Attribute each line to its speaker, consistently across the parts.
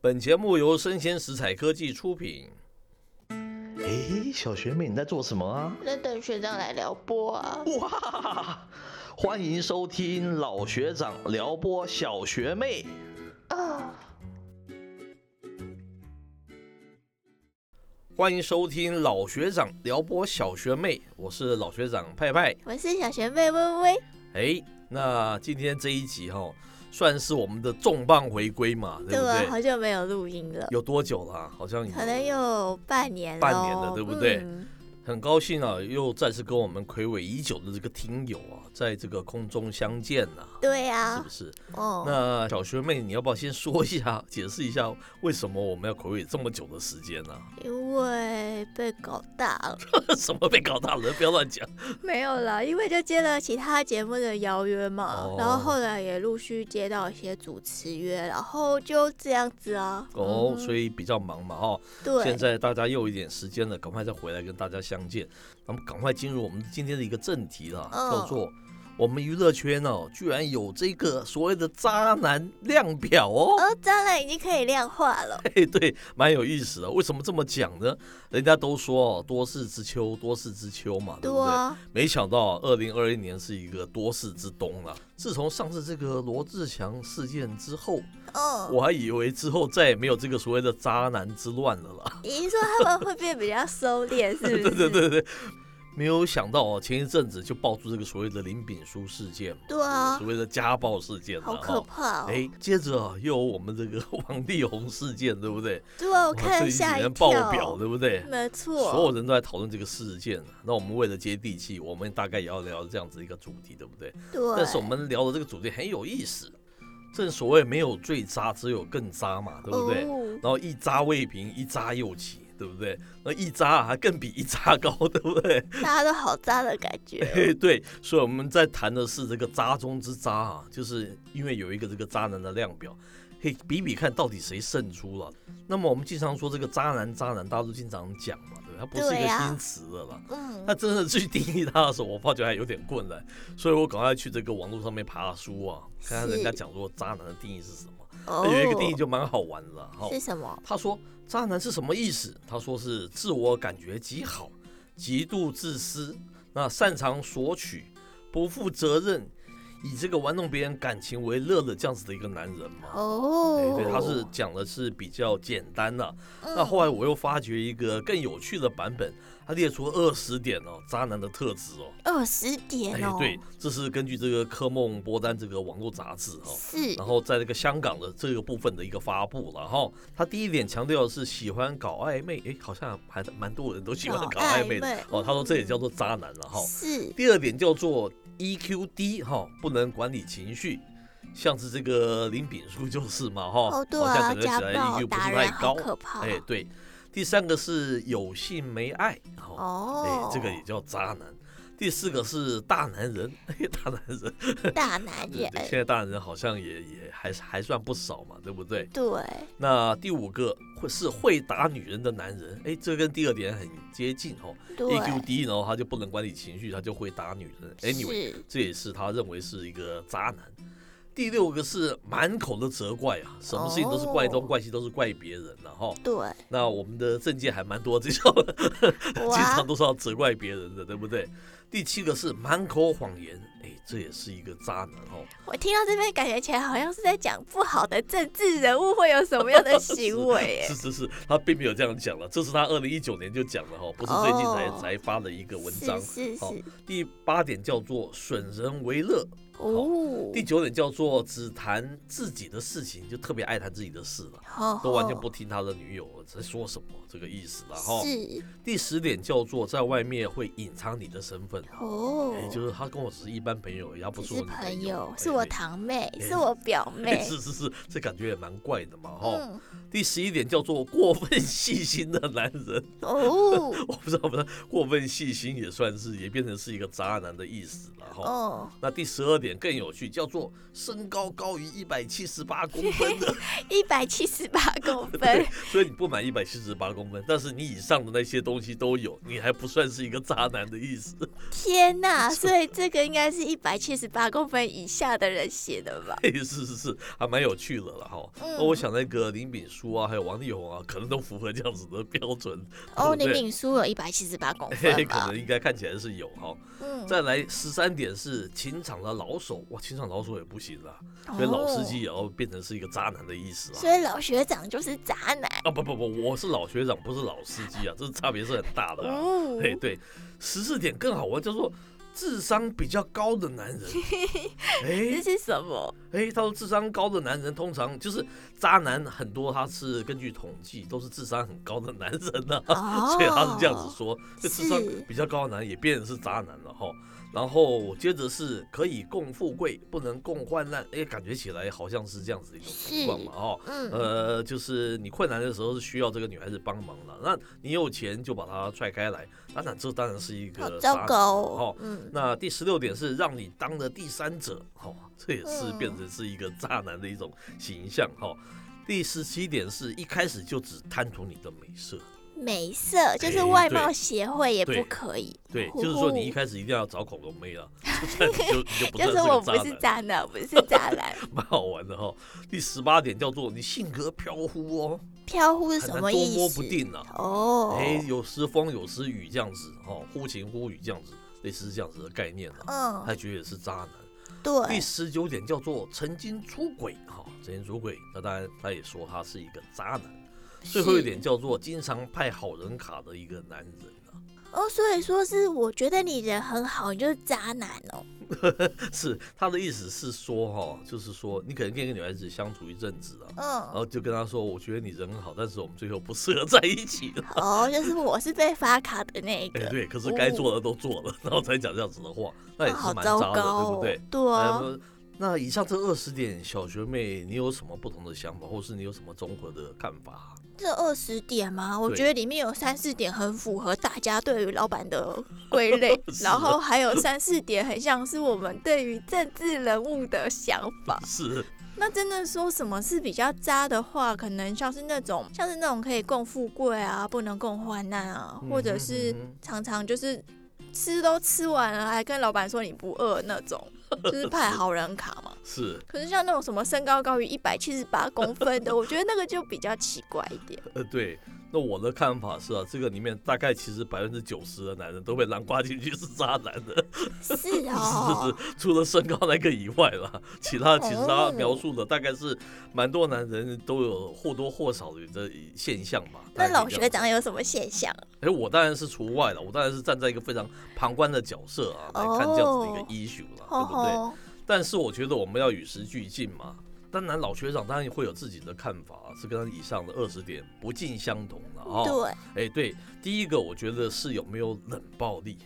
Speaker 1: 本节目由生鲜食材科技出品。
Speaker 2: 诶，小学妹，你在做什么啊？
Speaker 3: 在等学长来撩拨啊！
Speaker 2: 哇， 欢迎收听老学长撩拨小学妹。
Speaker 3: 啊，
Speaker 1: 欢迎收听老学长撩拨小学妹，我是老学长派派。
Speaker 3: 我是小学妹微微，
Speaker 1: 哎，那今天这一集哈、算是我们的重磅回归嘛，对
Speaker 3: 对
Speaker 1: 不
Speaker 3: 我
Speaker 1: 对？
Speaker 3: 好久没有录音了，
Speaker 1: 有多久了啊、好像
Speaker 3: 可能有半年
Speaker 1: 半年
Speaker 3: 咯
Speaker 1: 了对不对
Speaker 3: 嗯
Speaker 1: 很高兴啊，又再次跟我们暌违已久的这个听友啊，在这个空中相见呐、
Speaker 3: 对
Speaker 1: 是
Speaker 3: 啊
Speaker 1: 不，是？
Speaker 3: 哦，
Speaker 1: 那小学妹，你要不要先说一下， 解释一下为什么我们要暌违这么久的时间呢、
Speaker 3: 因为被搞大了，
Speaker 1: 什么被搞大了？不要乱讲。
Speaker 3: 没有啦，因为就接了其他节目的邀约嘛，
Speaker 1: 哦
Speaker 3: 然后后来也陆续接到一些主持约，然后就这样子啊。
Speaker 1: 哦，所
Speaker 3: 以
Speaker 1: 以比较忙嘛，哈。现
Speaker 3: 对，
Speaker 1: 在大家又有一点时间了，赶快再回来跟大家相见。咱们赶快进入我们今天的一个正题了，
Speaker 3: 嗯
Speaker 1: 叫做我们娱乐圈哦，居然有这个所谓的渣男量表哦。
Speaker 3: 哦，当然已经可以量化了，
Speaker 1: 嘿，对，蛮有意思的。为什么这么讲呢？人家都说哦，多事之秋，多事之秋嘛， 对
Speaker 3: 对
Speaker 1: 不对？
Speaker 3: 啊，
Speaker 1: 没想到二零二一年是一个多事之冬了。自从上次这个罗志祥事件之后，
Speaker 3: 嗯，
Speaker 1: 我还以为之后再也没有这个所谓的渣男之乱了啦。
Speaker 3: 你是说他们会变比较收敛，是不是？
Speaker 1: 对对对对，没有想到哦，前一阵子就爆出这个所谓的林炳书事件嘛，
Speaker 3: 对啊
Speaker 1: 所，谓的家暴事件嘛，
Speaker 3: 好可
Speaker 1: 哦。
Speaker 3: 怕哦！
Speaker 1: 哎，接着啊，又有我们这个 王力宏事件，对不对？
Speaker 3: 对啊，我
Speaker 1: 我
Speaker 3: 看吓一
Speaker 1: 爆
Speaker 3: 跳，
Speaker 1: 表，对不对？
Speaker 3: 没错，
Speaker 1: 所有人都在讨论这个事件，啊那我们为了接地气，我们大概也要聊这样子一个主题，对不对？
Speaker 3: 对，
Speaker 1: 但是我们聊的这个主题很有意思，正所谓没有最渣，只有更渣嘛，对不对？
Speaker 3: 哦
Speaker 1: 然后一渣未平，一渣又起，对不对？那一渣啊还更比一渣高，对不对？
Speaker 3: 大家都好渣的感觉哦，
Speaker 1: 嘿对，所以我们在谈的是这个渣中之渣啊，就是因为有一个这个渣男的量表，可以比比看到底谁胜出了。那么我们经常说这个渣男，渣男大家都经常讲嘛，对不对，它不是一
Speaker 3: 对
Speaker 1: 个
Speaker 3: 呀
Speaker 1: 新词的啦。
Speaker 3: 嗯，
Speaker 1: 那真的去定义它的时候，我发觉还有点困难，所以我赶快去这个网络上面爬书啊，看看人家
Speaker 3: 是
Speaker 1: 讲说渣男的定义是什么。
Speaker 3: 哦
Speaker 1: 那有一个定义就蛮好玩的哈，
Speaker 3: 是什么？
Speaker 1: 他说渣男是什么意思？他说是自我感觉极好，极度自私，那擅长索取，不负责任，以这个玩弄别人感情为乐的这样子的一个男人嘛。
Speaker 3: 哦，
Speaker 1: 对，对他是讲的是比较简单呐、
Speaker 3: 嗯
Speaker 1: 那后来我又发掘一个更有趣的版本，他列出二十点哦，渣男的特质哦。
Speaker 3: 二十点哦，
Speaker 1: 哎对，这是根据这个科梦波丹这个网络杂志哦，
Speaker 3: 是
Speaker 1: 然后在这个香港的这个部分的一个发布了哈。他第一点强调的是喜欢搞暧昧，诶，好像还蛮多人都喜欢
Speaker 3: 搞
Speaker 1: 搞暧昧
Speaker 3: 暧昧
Speaker 1: 的哦。他说这也叫做渣男了哈。
Speaker 3: 是
Speaker 1: 第二点叫做 EQ 低哈，不能管理情绪。像是这个林炳书就是嘛哈，
Speaker 3: 哦，对
Speaker 1: 好像
Speaker 3: 啊，
Speaker 1: 整个起
Speaker 3: 家
Speaker 1: 来
Speaker 3: 暴
Speaker 1: EQ 不是
Speaker 3: 打人
Speaker 1: 太高，
Speaker 3: 好可怕，
Speaker 1: 哎对。第三个是有性没爱，哦
Speaker 3: 哦
Speaker 1: 哎，，这个也叫渣男。第四个是大男人， 哎，大男人，
Speaker 3: 大 男
Speaker 1: 对
Speaker 3: 人，
Speaker 1: 对现在大男人好像也也还是还算不少嘛，对不对？
Speaker 3: 对，
Speaker 1: 那第五个会是会打女人的男人，哎，这跟第二点很接近哦。EQ
Speaker 3: 对，
Speaker 1: 低，然后他就不能管理情绪，他就会打女人。Anyway，
Speaker 3: 是
Speaker 1: 这也是他认为是一个渣男。第六个是满口的责怪啊，什么事情都是怪东
Speaker 3: 哦
Speaker 1: 怪西，都是怪别人然、后
Speaker 3: 对，
Speaker 1: 那我们的政界还蛮多这种 经
Speaker 3: 哇
Speaker 1: 常，都是要责怪别人的，对不对？第七个是满口谎言，哎，这也是一个渣男哦。
Speaker 3: 我听到这边感觉起来好像是在讲不好的政治人物会有什么样的行为，哎
Speaker 1: 是是是，他并没有这样讲了，这是他二零一九年就讲了哈，不是最近才、
Speaker 3: 哦
Speaker 1: 才发的一个文章。
Speaker 3: 是是
Speaker 1: 好
Speaker 3: 是，
Speaker 1: 第八点叫做损人为乐，
Speaker 3: 哦，
Speaker 1: 第九点叫做只谈自己的事情，就特别爱谈自己的事了，
Speaker 3: 好
Speaker 1: 都完全不听他的女友在说什么这个意思了哈。
Speaker 3: 嗯是
Speaker 1: 第十点叫做在外面会隐藏你的身份。
Speaker 3: 哦，
Speaker 1: 也哎就是他跟我只是一般朋友，也不
Speaker 3: 只
Speaker 1: 是
Speaker 3: 是
Speaker 1: 我女
Speaker 3: 朋
Speaker 1: 友
Speaker 3: 友，，是我
Speaker 1: 堂
Speaker 3: 堂妹，
Speaker 1: 哎
Speaker 3: 是我表 妹。
Speaker 1: 是哦是是，这感觉也蛮怪的嘛哈、
Speaker 3: 嗯，
Speaker 1: 第十一点叫做过分细心的男人，
Speaker 3: 哦
Speaker 1: 我不知道，不知道，过分细心也算是也变成是一个渣男的意思了哈。
Speaker 3: 哦，
Speaker 1: 那第十二点更有趣，叫做身高高于一百七十八公分的，
Speaker 3: 一百七十八 公分
Speaker 1: 对，，所以你不满一百七十八公分，但是你以上的那些东西都有，你还不算是一个渣男的意思。
Speaker 3: 天哪！所以这个应该是一百七十八公分以下的人写的吧？
Speaker 1: 嘿是是是，还蛮有趣的了哈。
Speaker 3: 嗯
Speaker 1: 那我想那个林炳书啊，还有王力宏啊，可能都符合这样子的标准。
Speaker 3: 哦，
Speaker 1: 对
Speaker 3: 林
Speaker 1: 不对
Speaker 3: 敏书有一百七十八公
Speaker 1: 嘿嘿
Speaker 3: 分
Speaker 1: 可
Speaker 3: 吧
Speaker 1: 能？应该看起来是有哈。
Speaker 3: 嗯，
Speaker 1: 再来十三点是情场的老手，哇，情场老手也不行啦，所以老司机也要变成是一个渣男的意思
Speaker 3: 哦。
Speaker 1: 啊。
Speaker 3: 所以老学长就是渣男
Speaker 1: 啊不不不，我是老学长，不是老司机啊，这差别是很大的、啊。
Speaker 3: 哦。
Speaker 1: 对对，十四点更好玩，叫做智商比较高的 男人。哎
Speaker 3: 这是什么？
Speaker 1: 哎，他说智商高的男人通常就是渣男，很多他是根据统计都是智商很高的男人呢、
Speaker 3: 哦
Speaker 1: 所以他是这样子说，这智商
Speaker 3: 是
Speaker 1: 比较高的男人也变成是渣男了哈。然后接着是可以共富贵，不能共患难，哎，感觉起来好像是这样子一种情况嘛哦。
Speaker 3: 嗯，
Speaker 1: 呃，就是你困难的时候是需要这个女孩子帮忙的，那你有钱就把她踹开来，当然这当然是一
Speaker 3: 好
Speaker 1: 个渣
Speaker 3: 糟
Speaker 1: 男
Speaker 3: 糕
Speaker 1: 哦
Speaker 3: 哦。嗯，
Speaker 1: 那第十六点是让你当了第三者，哦，这也是
Speaker 3: 嗯
Speaker 1: 变成是一个渣男的一种形象，哈、哦。第十七点是一开始就只贪图你的美色，
Speaker 3: 美色就是
Speaker 1: 哎
Speaker 3: 外
Speaker 1: 对
Speaker 3: 貌协会也
Speaker 1: 对
Speaker 3: 不可以。
Speaker 1: 对，
Speaker 3: 哦
Speaker 1: 就是说你一开始一定要找恐龙妹啊，就算你 就你就不
Speaker 3: 就
Speaker 1: 算
Speaker 3: 是
Speaker 1: 个
Speaker 3: 我不
Speaker 1: 渣
Speaker 3: 是
Speaker 1: 男，
Speaker 3: 渣男，我不是渣男。
Speaker 1: 蛮好玩的哈、第十八点叫做你性格飘忽哦，
Speaker 3: 飘忽是
Speaker 1: 很
Speaker 3: 什
Speaker 1: 难
Speaker 3: 么
Speaker 1: 捉
Speaker 3: 意
Speaker 1: 摸
Speaker 3: 思
Speaker 1: 不？定啊，
Speaker 3: 哦，
Speaker 1: 哎、有时风有时雨这样子，哦，忽晴忽雨这样子，类似是这样子的概念啊，
Speaker 3: 嗯，
Speaker 1: 他觉得也是渣男。第
Speaker 3: 对，
Speaker 1: 十九点叫做曾经出轨，哈、曾经出轨，那当然他也说他是一个渣男。最后一
Speaker 3: 是
Speaker 1: 点叫做经常派好人卡的一个男人啊，
Speaker 3: 哦，所以说是我觉得你人很好，你就是渣男哦。
Speaker 1: 啊 是他的意思是说哈、就是说你可能跟一个女孩子相处一阵子啊，然
Speaker 3: 嗯，
Speaker 1: 后就跟她说，我觉得你人很好，但是我们最后不适合在一起了。
Speaker 3: 哦，就是我是被发卡的那一
Speaker 1: 哎、
Speaker 3: 个，
Speaker 1: 对，可是该做的都做了，然后才讲这样子的话，那也
Speaker 3: 哦好
Speaker 1: 是蛮
Speaker 3: 糟
Speaker 1: 渣
Speaker 3: 糕
Speaker 1: 的，对
Speaker 3: 哦
Speaker 1: 不对？
Speaker 3: 对
Speaker 1: 哎
Speaker 3: 啊，
Speaker 1: 不那以上这二十点，小学妹，你有什么不同的想法，或是你有什么综合的看法啊？
Speaker 3: 这二十点嘛，我
Speaker 1: 对，
Speaker 3: 觉得里面有三四点很符合大家对于老板的归类
Speaker 1: 是啊
Speaker 3: 然后还有三四点很像是我们对于政治人物的想法。
Speaker 1: 是
Speaker 3: 那真的说什么是比较渣的话，可能像是那种像是那种可以共富贵啊，不能共患难啊，
Speaker 1: 嗯
Speaker 3: 或者是
Speaker 1: 嗯嗯
Speaker 3: 常常就是吃都吃完了，还跟老板说你不饿那种， 就是派好人卡嘛。
Speaker 1: 是，
Speaker 3: 可是像那种什么身高高于一百七十八公分的，我觉得那个就比较奇怪一点。
Speaker 1: 呃，对。那我的看法是啊，这个里面大概其实百分之九十的男人都被南瓜进去是渣男的，
Speaker 3: 是
Speaker 1: 是
Speaker 3: 哦，
Speaker 1: 是是，除了身高那个以外啦，其他其实他
Speaker 3: 哦
Speaker 1: 描述的大概是蛮多男人都有或多或少的这现象吧。
Speaker 3: 那
Speaker 1: 大概
Speaker 3: 老
Speaker 1: 可以这
Speaker 3: 学
Speaker 1: 样
Speaker 3: 长有什么现象？
Speaker 1: 哎，我当然是除外了，我当然是站在一个非常旁观的角色啊来看这样子的一个
Speaker 3: 哦
Speaker 1: issue 了，
Speaker 3: 吼
Speaker 1: 对不对？
Speaker 3: 吼，
Speaker 1: 但是我觉得我们要与时俱进嘛。当然，老学长当然会有自己的看法，是跟以上的二十点不尽相同了哦。
Speaker 3: 对，
Speaker 1: 哎，对，第一个我觉得是有没有冷暴力。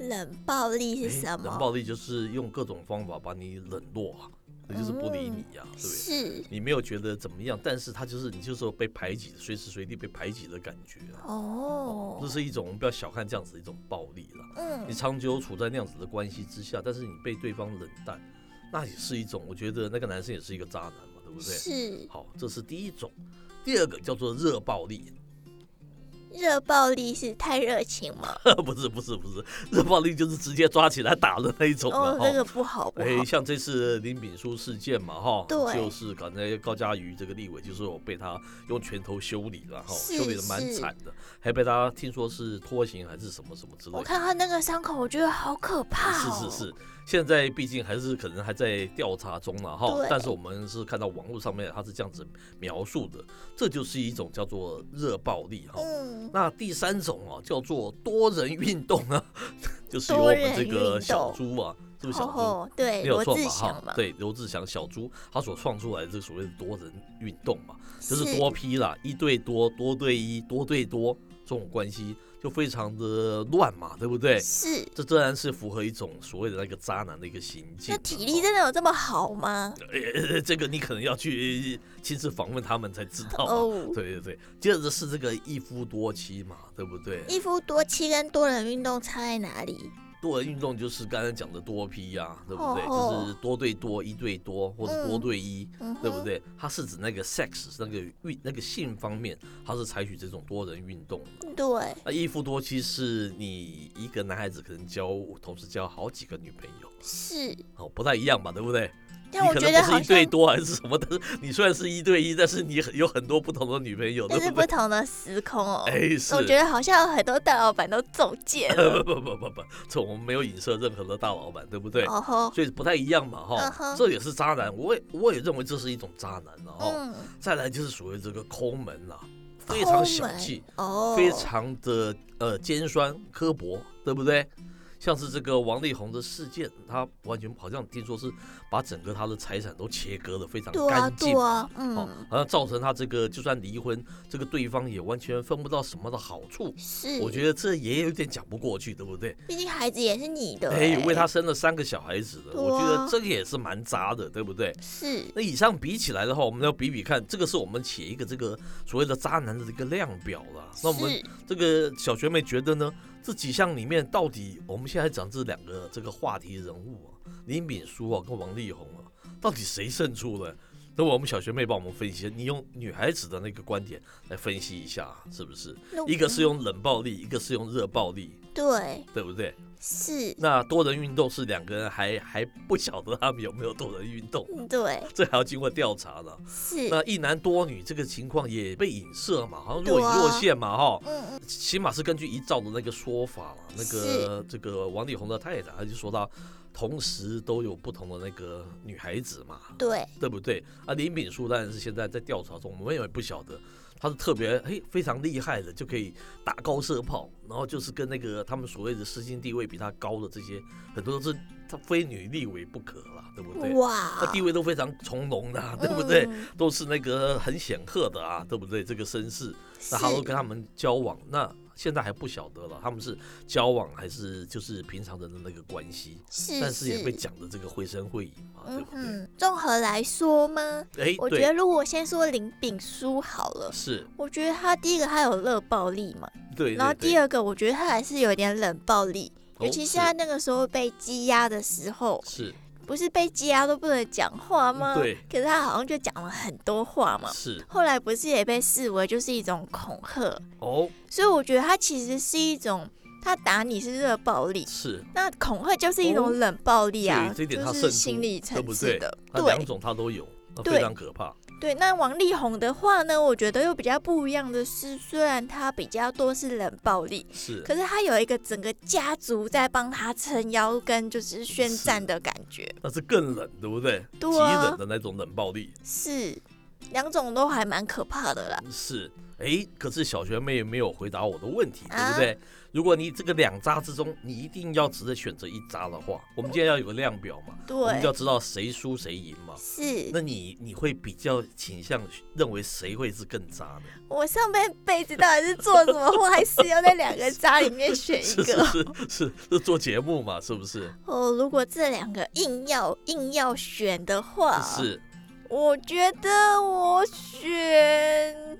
Speaker 3: 冷暴力是
Speaker 1: 哎
Speaker 3: 什
Speaker 1: 冷
Speaker 3: 么？
Speaker 1: 暴力就是用各种方法把你冷落啊，那就是不理你呀、啊
Speaker 3: 嗯
Speaker 1: 对不对？
Speaker 3: 是
Speaker 1: 你没有觉得怎么样，但是他就是你就是被排挤，随时随地被排挤的感觉啊。
Speaker 3: 哦
Speaker 1: 这，是一种不要小看这样子的一种暴力了。
Speaker 3: 嗯
Speaker 1: 你长久处在那样子的关系之下，但是你被对方冷淡，那也是一种，我觉得那个男生也是一个渣男嘛，对不对？
Speaker 3: 是
Speaker 1: 好，这是第一种。第二个叫做热暴力，
Speaker 3: 热暴力是太热情 吗？
Speaker 1: 不是不是不是，热暴力就是直接抓起来打的那一种了，
Speaker 3: 哦这
Speaker 1: 哈。
Speaker 3: 个不好不
Speaker 1: 哎，
Speaker 3: 好。
Speaker 1: 像这次林炳书事件嘛，哈，
Speaker 3: 对
Speaker 1: 就是刚才高嘉瑜这个立委，就是我被他用拳头修理了，哈，
Speaker 3: 是
Speaker 1: 修理的蛮
Speaker 3: 是
Speaker 1: 惨的，还被他听说是拖行还是什么什么之类
Speaker 3: 我
Speaker 1: 的。
Speaker 3: 看他那个伤口，我觉得好可怕哦。
Speaker 1: 啊是是是，现在毕竟还是可能还在调查中了哈
Speaker 3: 对，
Speaker 1: 但是我们是看到网络上面他是这样子描述的，这就是一种叫做热暴力哈。
Speaker 3: 嗯，
Speaker 1: 哦那第三种啊，叫做多人运动啊， 就是由我们这
Speaker 3: 多人运
Speaker 1: 个
Speaker 3: 动
Speaker 1: 小猪啊，是不是小
Speaker 3: 吼
Speaker 1: 猪？
Speaker 3: 吼，对，
Speaker 1: 没有
Speaker 3: 罗
Speaker 1: 错
Speaker 3: 志
Speaker 1: 嘛
Speaker 3: 祥
Speaker 1: 哈
Speaker 3: 嘛，，
Speaker 1: 对，罗志祥小猪他所创出来的这个所谓的多人运动嘛，就是是多批啦，一对多、多对一、多对多这种关系就非常的乱嘛，对不对？
Speaker 3: 是。
Speaker 1: 这当然是符合一种所谓的那个渣男的一个行径
Speaker 3: 那
Speaker 1: 嘛。
Speaker 3: 体力
Speaker 1: 哦、
Speaker 3: 真的有这么好吗？
Speaker 1: 呃，这个你可能要去亲自访问他们才知道、哦。
Speaker 3: 哦，
Speaker 1: 对对对，接着是这个一夫多妻嘛，对不对？
Speaker 3: 一夫多妻跟多人运动差在哪里？
Speaker 1: 多人运动就是刚才讲的多批呀、对不对？
Speaker 3: 哦
Speaker 1: 就是多对多、一对多或者多对一，
Speaker 3: 嗯哼
Speaker 1: 对不？对？它是指那个 sex 那个运那个性方面，它是采取这种多人运动的。
Speaker 3: 对，
Speaker 1: 那一夫多妻是你一个男孩子可能交同时交好几个女朋友，
Speaker 3: 是。
Speaker 1: 哦，不太一样吧，对不对？
Speaker 3: 但
Speaker 1: 你
Speaker 3: 我
Speaker 1: 可
Speaker 3: 觉
Speaker 1: 能
Speaker 3: 得
Speaker 1: 不
Speaker 3: 好
Speaker 1: 是一对
Speaker 3: 像
Speaker 1: 多还是什么，但是你虽然是一对一，但是你很有很多不同的女朋友，
Speaker 3: 这
Speaker 1: 对
Speaker 3: 是
Speaker 1: 不
Speaker 3: 不
Speaker 1: 对？
Speaker 3: 同的时空哦。
Speaker 1: 哎，是
Speaker 3: 我。觉得好像很多大老板都走界了。
Speaker 1: 不不不不不，这我们没有影射任何的大老板，对不 对？
Speaker 3: 哦吼，
Speaker 1: 所以不太一样嘛，
Speaker 3: 嗯
Speaker 1: 哈，
Speaker 3: 哼
Speaker 1: 这也是渣男，我也我也认为这是一种渣男了，哈。
Speaker 3: 嗯，
Speaker 1: 再来就是所谓这个抠门啦，非常小气，
Speaker 3: 哦，
Speaker 1: 非常的呃尖酸刻薄，对不对？像是这个王力宏的事件，他完全好像听说是把整个他的财产都切割的非常
Speaker 3: 对啊
Speaker 1: 干净
Speaker 3: 对，啊，
Speaker 1: 哦
Speaker 3: 嗯，，
Speaker 1: 好像造成他这个就算离婚，这个对方也完全分不到什么的好处。
Speaker 3: 是。
Speaker 1: 我觉得这也有点讲不过去，对不对？
Speaker 3: 毕竟孩子也是你的、
Speaker 1: 哎
Speaker 3: 哎，，
Speaker 1: 为他生了三个小孩子的，
Speaker 3: 对
Speaker 1: 我觉
Speaker 3: 啊
Speaker 1: 得这个也是蛮渣的，对不对？
Speaker 3: 是
Speaker 1: 那以上比起来的话，我们要比比看，这个是我们写一个这个所谓的渣男的这个量表了。那我们
Speaker 3: 是
Speaker 1: 这个小学妹觉得呢，这几项里面到底我们现在讲这两个这个话题人物啊，林敏淑啊跟王力宏啊，到底谁胜出了？等会我们小学妹帮我们分析，你用女孩子的那个观点来分析一下，啊是不是？
Speaker 3: 那嗯
Speaker 1: 一个是用冷暴力，一个是用热暴力，
Speaker 3: 对
Speaker 1: 对不对？
Speaker 3: 是
Speaker 1: 那多人运动是两个人还还不晓得他们有没有多人运动，
Speaker 3: 嗯对
Speaker 1: 这还要经过调查呢。
Speaker 3: 是
Speaker 1: 那一男多女这个情况也被影射嘛，好像若
Speaker 3: 对啊
Speaker 1: 隐若现嘛，哈、
Speaker 3: 嗯嗯
Speaker 1: 起码是根据一照的那个说法嘛，那个这个王力宏的太太，他就说到，同时都有不同的那个女孩子嘛，
Speaker 3: 对
Speaker 1: 对不对？啊，林炳书当然是现在在调查中，我们也不晓得他是特别嘿非常厉害的，就可以打高射炮，然后就是跟那个他们所谓的私心地位比他高的这些，很多都是他非女力为不可啦，对不对？那
Speaker 3: 哇
Speaker 1: 地位都非常从容的、啊，对不对？
Speaker 3: 嗯
Speaker 1: 都是那个很显赫的啊，对不对？这个身世，那他都
Speaker 3: 是
Speaker 1: 跟他们交往，那现在还不晓得了，他们是交往还是就是平常人的那个关系，
Speaker 3: 是
Speaker 1: 但是也被讲的这个绘声绘影嘛，对
Speaker 3: 嗯
Speaker 1: 不对？
Speaker 3: 哼，综合来说吗？
Speaker 1: 哎、
Speaker 3: 我觉得
Speaker 1: 对，
Speaker 3: 如果先说林炳书好了。
Speaker 1: 是，
Speaker 3: 我觉得他第一个他有热暴力嘛，
Speaker 1: 对。
Speaker 3: 然后
Speaker 1: 对对
Speaker 3: 第二个我觉得他还是有点冷暴力，
Speaker 1: 哦
Speaker 3: 尤其是
Speaker 1: 是
Speaker 3: 他那个时候被羁押的时候，
Speaker 1: 是
Speaker 3: 不是被羁押都不能讲话吗？
Speaker 1: 对
Speaker 3: 可是他好像就讲了很多话嘛，
Speaker 1: 是
Speaker 3: 后来不是也被视为就是一种恐吓，
Speaker 1: 哦，
Speaker 3: 所以我觉得他其实是一种，他打你是热暴力，
Speaker 1: 是
Speaker 3: 那恐吓就是一种
Speaker 1: 哦
Speaker 3: 冷暴力啊，
Speaker 1: 对这一点他
Speaker 3: 就
Speaker 1: 胜出
Speaker 3: 是心理层次的。
Speaker 1: 那两种他都有，那非
Speaker 3: 对
Speaker 1: 常可怕。
Speaker 3: 对，那王力宏的话呢，我觉得又比较不一样的是，虽然他比较多是冷暴力，
Speaker 1: 是
Speaker 3: 可是他有一个整个家族在帮他撑腰跟就是宣战的感觉，
Speaker 1: 那是更冷，对不对？
Speaker 3: 对
Speaker 1: 极
Speaker 3: 啊
Speaker 1: 冷的那种冷暴力。
Speaker 3: 是两种都还蛮可怕的啦。
Speaker 1: 是，哎，可是小学妹没有回答我的问题，对
Speaker 3: 啊
Speaker 1: 不对？如果你这个两渣之中，你一定要值得选择一渣的话，我们今天要有个量表嘛，我们就要
Speaker 3: 对，
Speaker 1: 知道谁输谁赢嘛。
Speaker 3: 是
Speaker 1: 那你你会比较倾向认为谁会是更渣的？
Speaker 3: 我上半辈子到底是做什么坏事，要在两个渣里面选一
Speaker 1: 是
Speaker 3: 个？
Speaker 1: 是是 是是做节目嘛？是不是？
Speaker 3: 哦，如果这两个硬要硬要选的话，
Speaker 1: 是
Speaker 3: 我觉得我选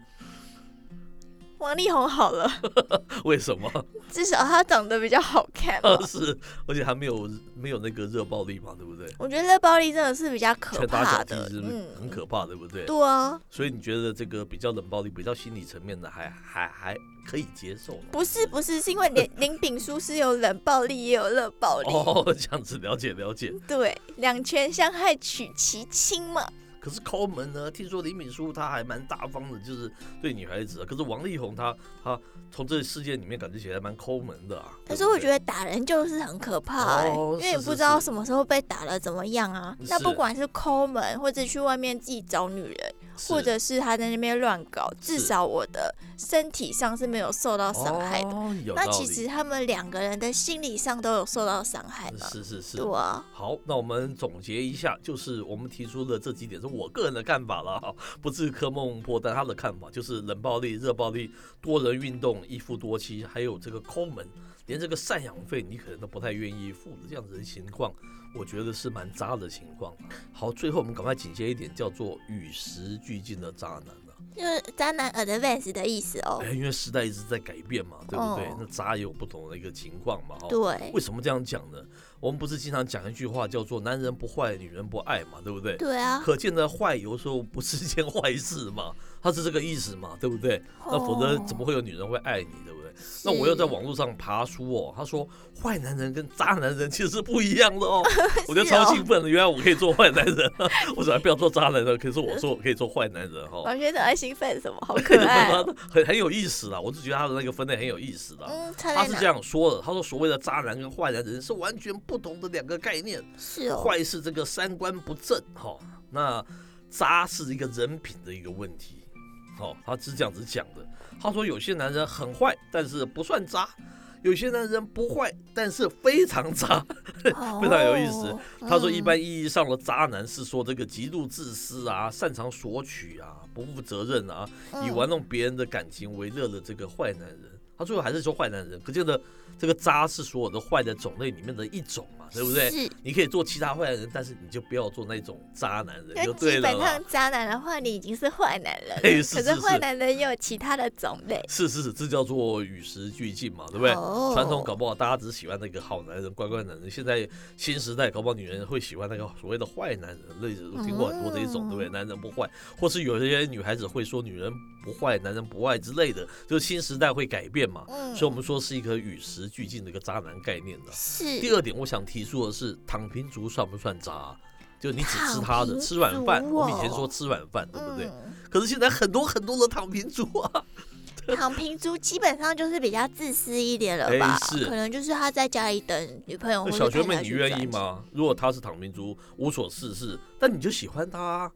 Speaker 3: 王力宏好了，
Speaker 1: 为什么？
Speaker 3: 至少他长得比较好看嘛。
Speaker 1: 是，而且还没有没有那个热暴力嘛，对不对？
Speaker 3: 我觉得热暴力真的是比较可
Speaker 1: 拳打脚
Speaker 3: 怕的，嗯
Speaker 1: 踢是不是很可怕，对不对？
Speaker 3: 对啊，
Speaker 1: 所以你觉得这个比较冷暴力、比较心理层面的还，还还可以接受吗？
Speaker 3: 不是不是，是因为林林炳书是有冷暴力也有热暴力，
Speaker 1: 哦，这样子了解了解。
Speaker 3: 对，两全相害取其轻嘛。
Speaker 1: 可是抠门呢？听说李敏淑她还蛮大方的，就是对女孩子啊。可是王力宏他他从这个事件里面感觉起来蛮抠门的啊。
Speaker 3: 可是我觉
Speaker 1: 得
Speaker 3: 得打人就是很可怕、欸，
Speaker 1: 哦
Speaker 3: 因为你
Speaker 1: 是
Speaker 3: 不
Speaker 1: 是
Speaker 3: 知道
Speaker 1: 是
Speaker 3: 什么时候被打了怎么样啊。那不
Speaker 1: 是
Speaker 3: 管是抠门，或者去外面自己找女人，或者是他在那边乱搞，至
Speaker 1: 是
Speaker 3: 少我的身体上是没有受到伤害的。
Speaker 1: 哦、有
Speaker 3: 那
Speaker 1: 道
Speaker 3: 其
Speaker 1: 理
Speaker 3: 实他们两个人的心理上都有受到伤害嘛？
Speaker 1: 是是是。
Speaker 3: 对啊，
Speaker 1: 好，那我们总结一下，就是我们提出的这几点是我个人的看法了哈， 不是柯梦波丹他的看法，就是冷暴力、热暴力、多人运动、一夫多妻，还有这个抠门，连这个赡养费你可能都不太愿意付的这样子的情况，我觉得是蛮渣的情况。好，最后我们赶快警戒一点，叫做与时俱进的渣男了、
Speaker 3: 就是渣男 advance 的意思哦。
Speaker 1: 哎，因为时代一直在改变嘛，对不对？
Speaker 3: 哦
Speaker 1: 那渣也有不同的一个情况嘛，哈。
Speaker 3: 对
Speaker 1: 为，什么这样讲呢？我们不是经常讲一句话叫做“男人不坏，女人不爱”嘛，对不对？
Speaker 3: 对啊，
Speaker 1: 可见的坏有时候不是件坏事嘛， 它是这个意思嘛，对不对？那否则
Speaker 3: 哦
Speaker 1: 怎么会有女人会爱你，对不对？那我又在网络上爬书哦，他说坏男人跟渣男人其实是不一样的哦，我觉得超兴奋的，原来我可以做坏男人， 我本来不要做渣男人，可是我说我可以做坏男人哈、哦，
Speaker 3: 王学长在兴奋什么？ 好可爱哦、
Speaker 1: 很很有意思啊啦，我就觉得他的那个分类很有意思啦。
Speaker 3: 嗯，差
Speaker 1: 他
Speaker 3: 在
Speaker 1: 是
Speaker 3: 哪？
Speaker 1: 这样说的，他说所谓的渣男跟坏男人是完全不同的两个概念，
Speaker 3: 是哦，
Speaker 1: 坏是这个三观不正哈、那渣是一个人品的一个问题，哦，他是这样子讲的。他说有些男人很坏，但是不算渣；有些男人不坏，但是非常渣。非常有意思
Speaker 3: 哦。
Speaker 1: 他说一
Speaker 3: 嗯
Speaker 1: 般意义上的渣男是说这个极度自私啊，擅长索取啊，不负责任啊，以
Speaker 3: 嗯
Speaker 1: 玩弄别人的感情为乐的这个坏男人。他最后还是说坏男人，可见的这个渣是所有的坏的种类里面的一种嘛，对不对？
Speaker 3: 嗯是，
Speaker 1: 你可以做其他坏人，但是你就不要做那种渣男人就
Speaker 3: 那
Speaker 1: 对
Speaker 3: 基
Speaker 1: 了
Speaker 3: 本
Speaker 1: 啦。
Speaker 3: 上渣男的话，你已经是坏男人了。
Speaker 1: 嘿是
Speaker 3: 可
Speaker 1: 是
Speaker 3: 是坏
Speaker 1: 是
Speaker 3: 男人也有其他的种类，
Speaker 1: 是是是，这叫做与时俱进嘛，对不对？
Speaker 3: 哦
Speaker 1: 传统搞不好大家只喜欢那个好男人、乖乖男人，现在新时代搞不好女人会喜欢那个所谓的坏男人，类似我听过很多这一种，对不
Speaker 3: 哦
Speaker 1: 对？男人不坏，或是有些女孩子会说女人不坏，男人不爱之类的，就是新时代会改变嘛。
Speaker 3: 嗯，
Speaker 1: 所以我们说是一个与时俱进的一个渣男概念的。啊
Speaker 3: 是
Speaker 1: 第二点，我想提出的是，躺平族算不算渣啊？就你只吃他
Speaker 3: 躺平
Speaker 1: 的，
Speaker 3: 族
Speaker 1: 吃软饭。
Speaker 3: 哦
Speaker 1: 我们以前说吃软饭，对不对？
Speaker 3: 嗯
Speaker 1: 可是现在很多很多的躺平族啊，
Speaker 3: 躺平族基本上就是比较自私一点了
Speaker 1: 哎
Speaker 3: 吧？
Speaker 1: 是
Speaker 3: 可能就是他在家里等女朋友或
Speaker 1: 那
Speaker 3: 者
Speaker 1: 小学妹，你愿意？吗？如果他是躺平族，无所事事，但你就喜欢他啊，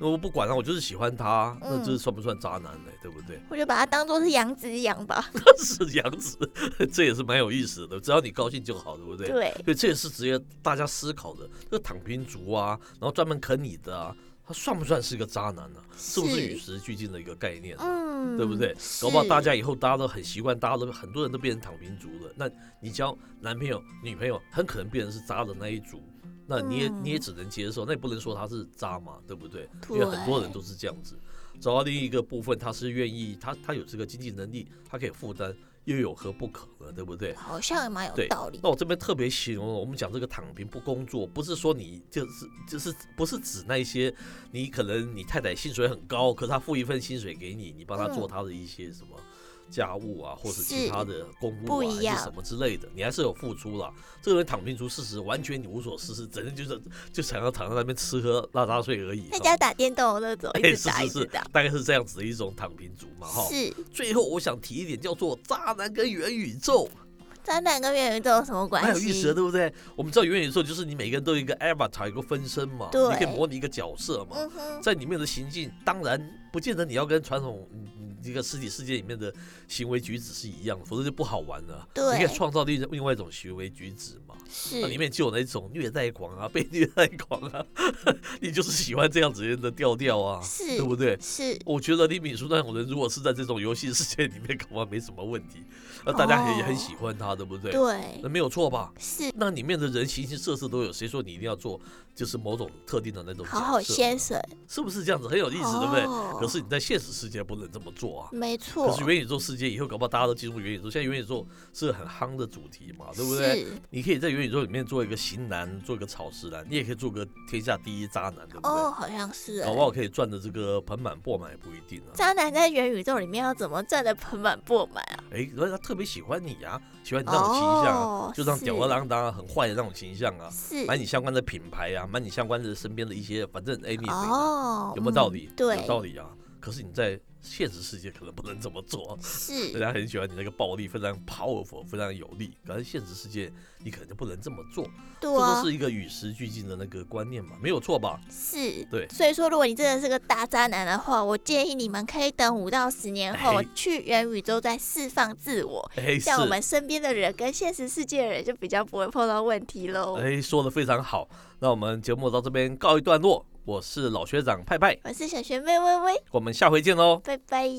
Speaker 1: 那我不管啊他，我就是喜欢他，那
Speaker 3: 嗯
Speaker 1: 这算不算渣男呢？对不对？
Speaker 3: 我就把他当做是养子养吧。
Speaker 1: 是这样子， 这也是蛮有意思的，只要你高兴就好，对不对？
Speaker 3: 对，
Speaker 1: 所以这也是职业大家思考的，这个躺平族啊，然后专门啃你的啊，他算不算是个渣男呢、是不是
Speaker 3: 是
Speaker 1: 与时俱进的一个概念、
Speaker 3: 嗯，
Speaker 1: 对不对？搞不好大家以后大家都很习惯，大家都很多人都变成躺平族了。那你交男朋友、女朋友，很可能变成是渣的那一族，那你也、
Speaker 3: 嗯
Speaker 1: 你也只能接受，那也不能说他是渣嘛，对不对？因
Speaker 3: 对
Speaker 1: 为很多人都是这样子。找到另一个部分，他是愿意，他他有这个经济能力，他可以负担，又有何不可呢？对不对
Speaker 3: 是，？好像也蛮有
Speaker 1: 对
Speaker 3: 道理
Speaker 1: 那。我这边特别形容，我们讲这个躺平不工作，不是说你就是就是不是指那一些你可能你太太薪水很高，可是她付一份薪水给你，你帮她做
Speaker 3: 嗯
Speaker 1: 她的一些什么。家务啊，或者其
Speaker 3: 是
Speaker 1: 他的公务
Speaker 3: 不
Speaker 1: 啊，
Speaker 3: 一
Speaker 1: 还
Speaker 3: 样
Speaker 1: 是什么之类的，你还是有付出啦。这个人躺平出事实，完全你无所事事，整天就是就想要躺在那边吃喝拉撒睡而已。
Speaker 3: 在
Speaker 1: 哈
Speaker 3: 家打电动的那种，
Speaker 1: 哎
Speaker 3: 一直
Speaker 1: 是
Speaker 3: 打
Speaker 1: 是
Speaker 3: 一直
Speaker 1: 是
Speaker 3: 打，，
Speaker 1: 大概是这样子的一种躺平族嘛哈。
Speaker 3: 是
Speaker 1: 最后我想提一点，叫做渣男跟元宇宙。
Speaker 3: 渣男跟元宇宙有什么关系？
Speaker 1: 蛮有意思的，对不对？我们知道元宇宙就是你每个人都有一个 avatar，有个分身嘛，
Speaker 3: 对
Speaker 1: 你可以模拟一个角色嘛，
Speaker 3: 嗯哼，
Speaker 1: 在里面的行径，当然不见得你要跟传统嗯嗯这个实体世界里面的行为举止是一样的，否则就不好玩了。
Speaker 3: 对
Speaker 1: 你可以创造另另外一种行为举止嘛，
Speaker 3: 是
Speaker 1: 那里面就有那种虐待狂啊， 被虐待狂啊，你就是喜欢这样子的调调啊，
Speaker 3: 是
Speaker 1: 对不对？
Speaker 3: 是
Speaker 1: 我觉得李敏淑那种人，如果是在这种游戏世界里面，恐怕没什么问题。那大家也
Speaker 3: 哦
Speaker 1: 很喜欢他，对不对？
Speaker 3: 对
Speaker 1: 那，没有错吧？
Speaker 3: 是
Speaker 1: 那里面的人形形色色都有，谁说你一定要做就是某种特定的那种角色？
Speaker 3: 好好先生，
Speaker 1: 是不是这样子？很有意思，对不对？
Speaker 3: 哦
Speaker 1: 可是你在现实世界不能这么做啊。
Speaker 3: 没
Speaker 1: 可
Speaker 3: 错
Speaker 1: 是，元宇宙世界以后，搞不好大家都进入元宇宙。现在元宇宙是很夯的主题嘛，对不对？
Speaker 3: 是
Speaker 1: 你可以在元宇宙里面做一个型男，做一个草食男，你也可以做个天下第一渣男，对不对？
Speaker 3: 哦，好像是
Speaker 1: 搞不
Speaker 3: 欸。
Speaker 1: 好可以赚的这个盆满钵满也不一定啊。
Speaker 3: 渣男在元宇宙里面要怎么赚的盆满钵满啊？
Speaker 1: 哎，人家特别喜欢你呀、喜欢你那种形象啊、
Speaker 3: 哦
Speaker 1: 就这样
Speaker 3: 是
Speaker 1: 吊儿郎当啊、很坏的那种形象啊。
Speaker 3: 是
Speaker 1: 买你相关的品牌啊，买你相关的身边的一些，反正 a n y
Speaker 3: 哦，
Speaker 1: 有没有道理
Speaker 3: 嗯？对
Speaker 1: 有，道理啊。可是你在现实世界可能不能这么做，
Speaker 3: 是啊
Speaker 1: 人家很喜欢你那个暴力非常 powerful，非常有力。可是现实世界你可能就不能这么做，这
Speaker 3: 对
Speaker 1: 都
Speaker 3: 啊，
Speaker 1: 是一个与时俱进的那个观念嘛，没有错吧？
Speaker 3: 是。
Speaker 1: 对，
Speaker 3: 所以说，如果你真的是个大渣男的话，我建议你们可以等五到十年后
Speaker 1: 哎
Speaker 3: 去元宇宙再释放自我，
Speaker 1: 哎，是
Speaker 3: 像我们身边的人跟现实世界的人就比较不会碰到问题喽。
Speaker 1: 哎，说的非常好。那我们节目到这边告一段落，我是老学长派派，
Speaker 3: 我是小学妹微微，
Speaker 1: 我们下回见喽。
Speaker 3: 拜拜。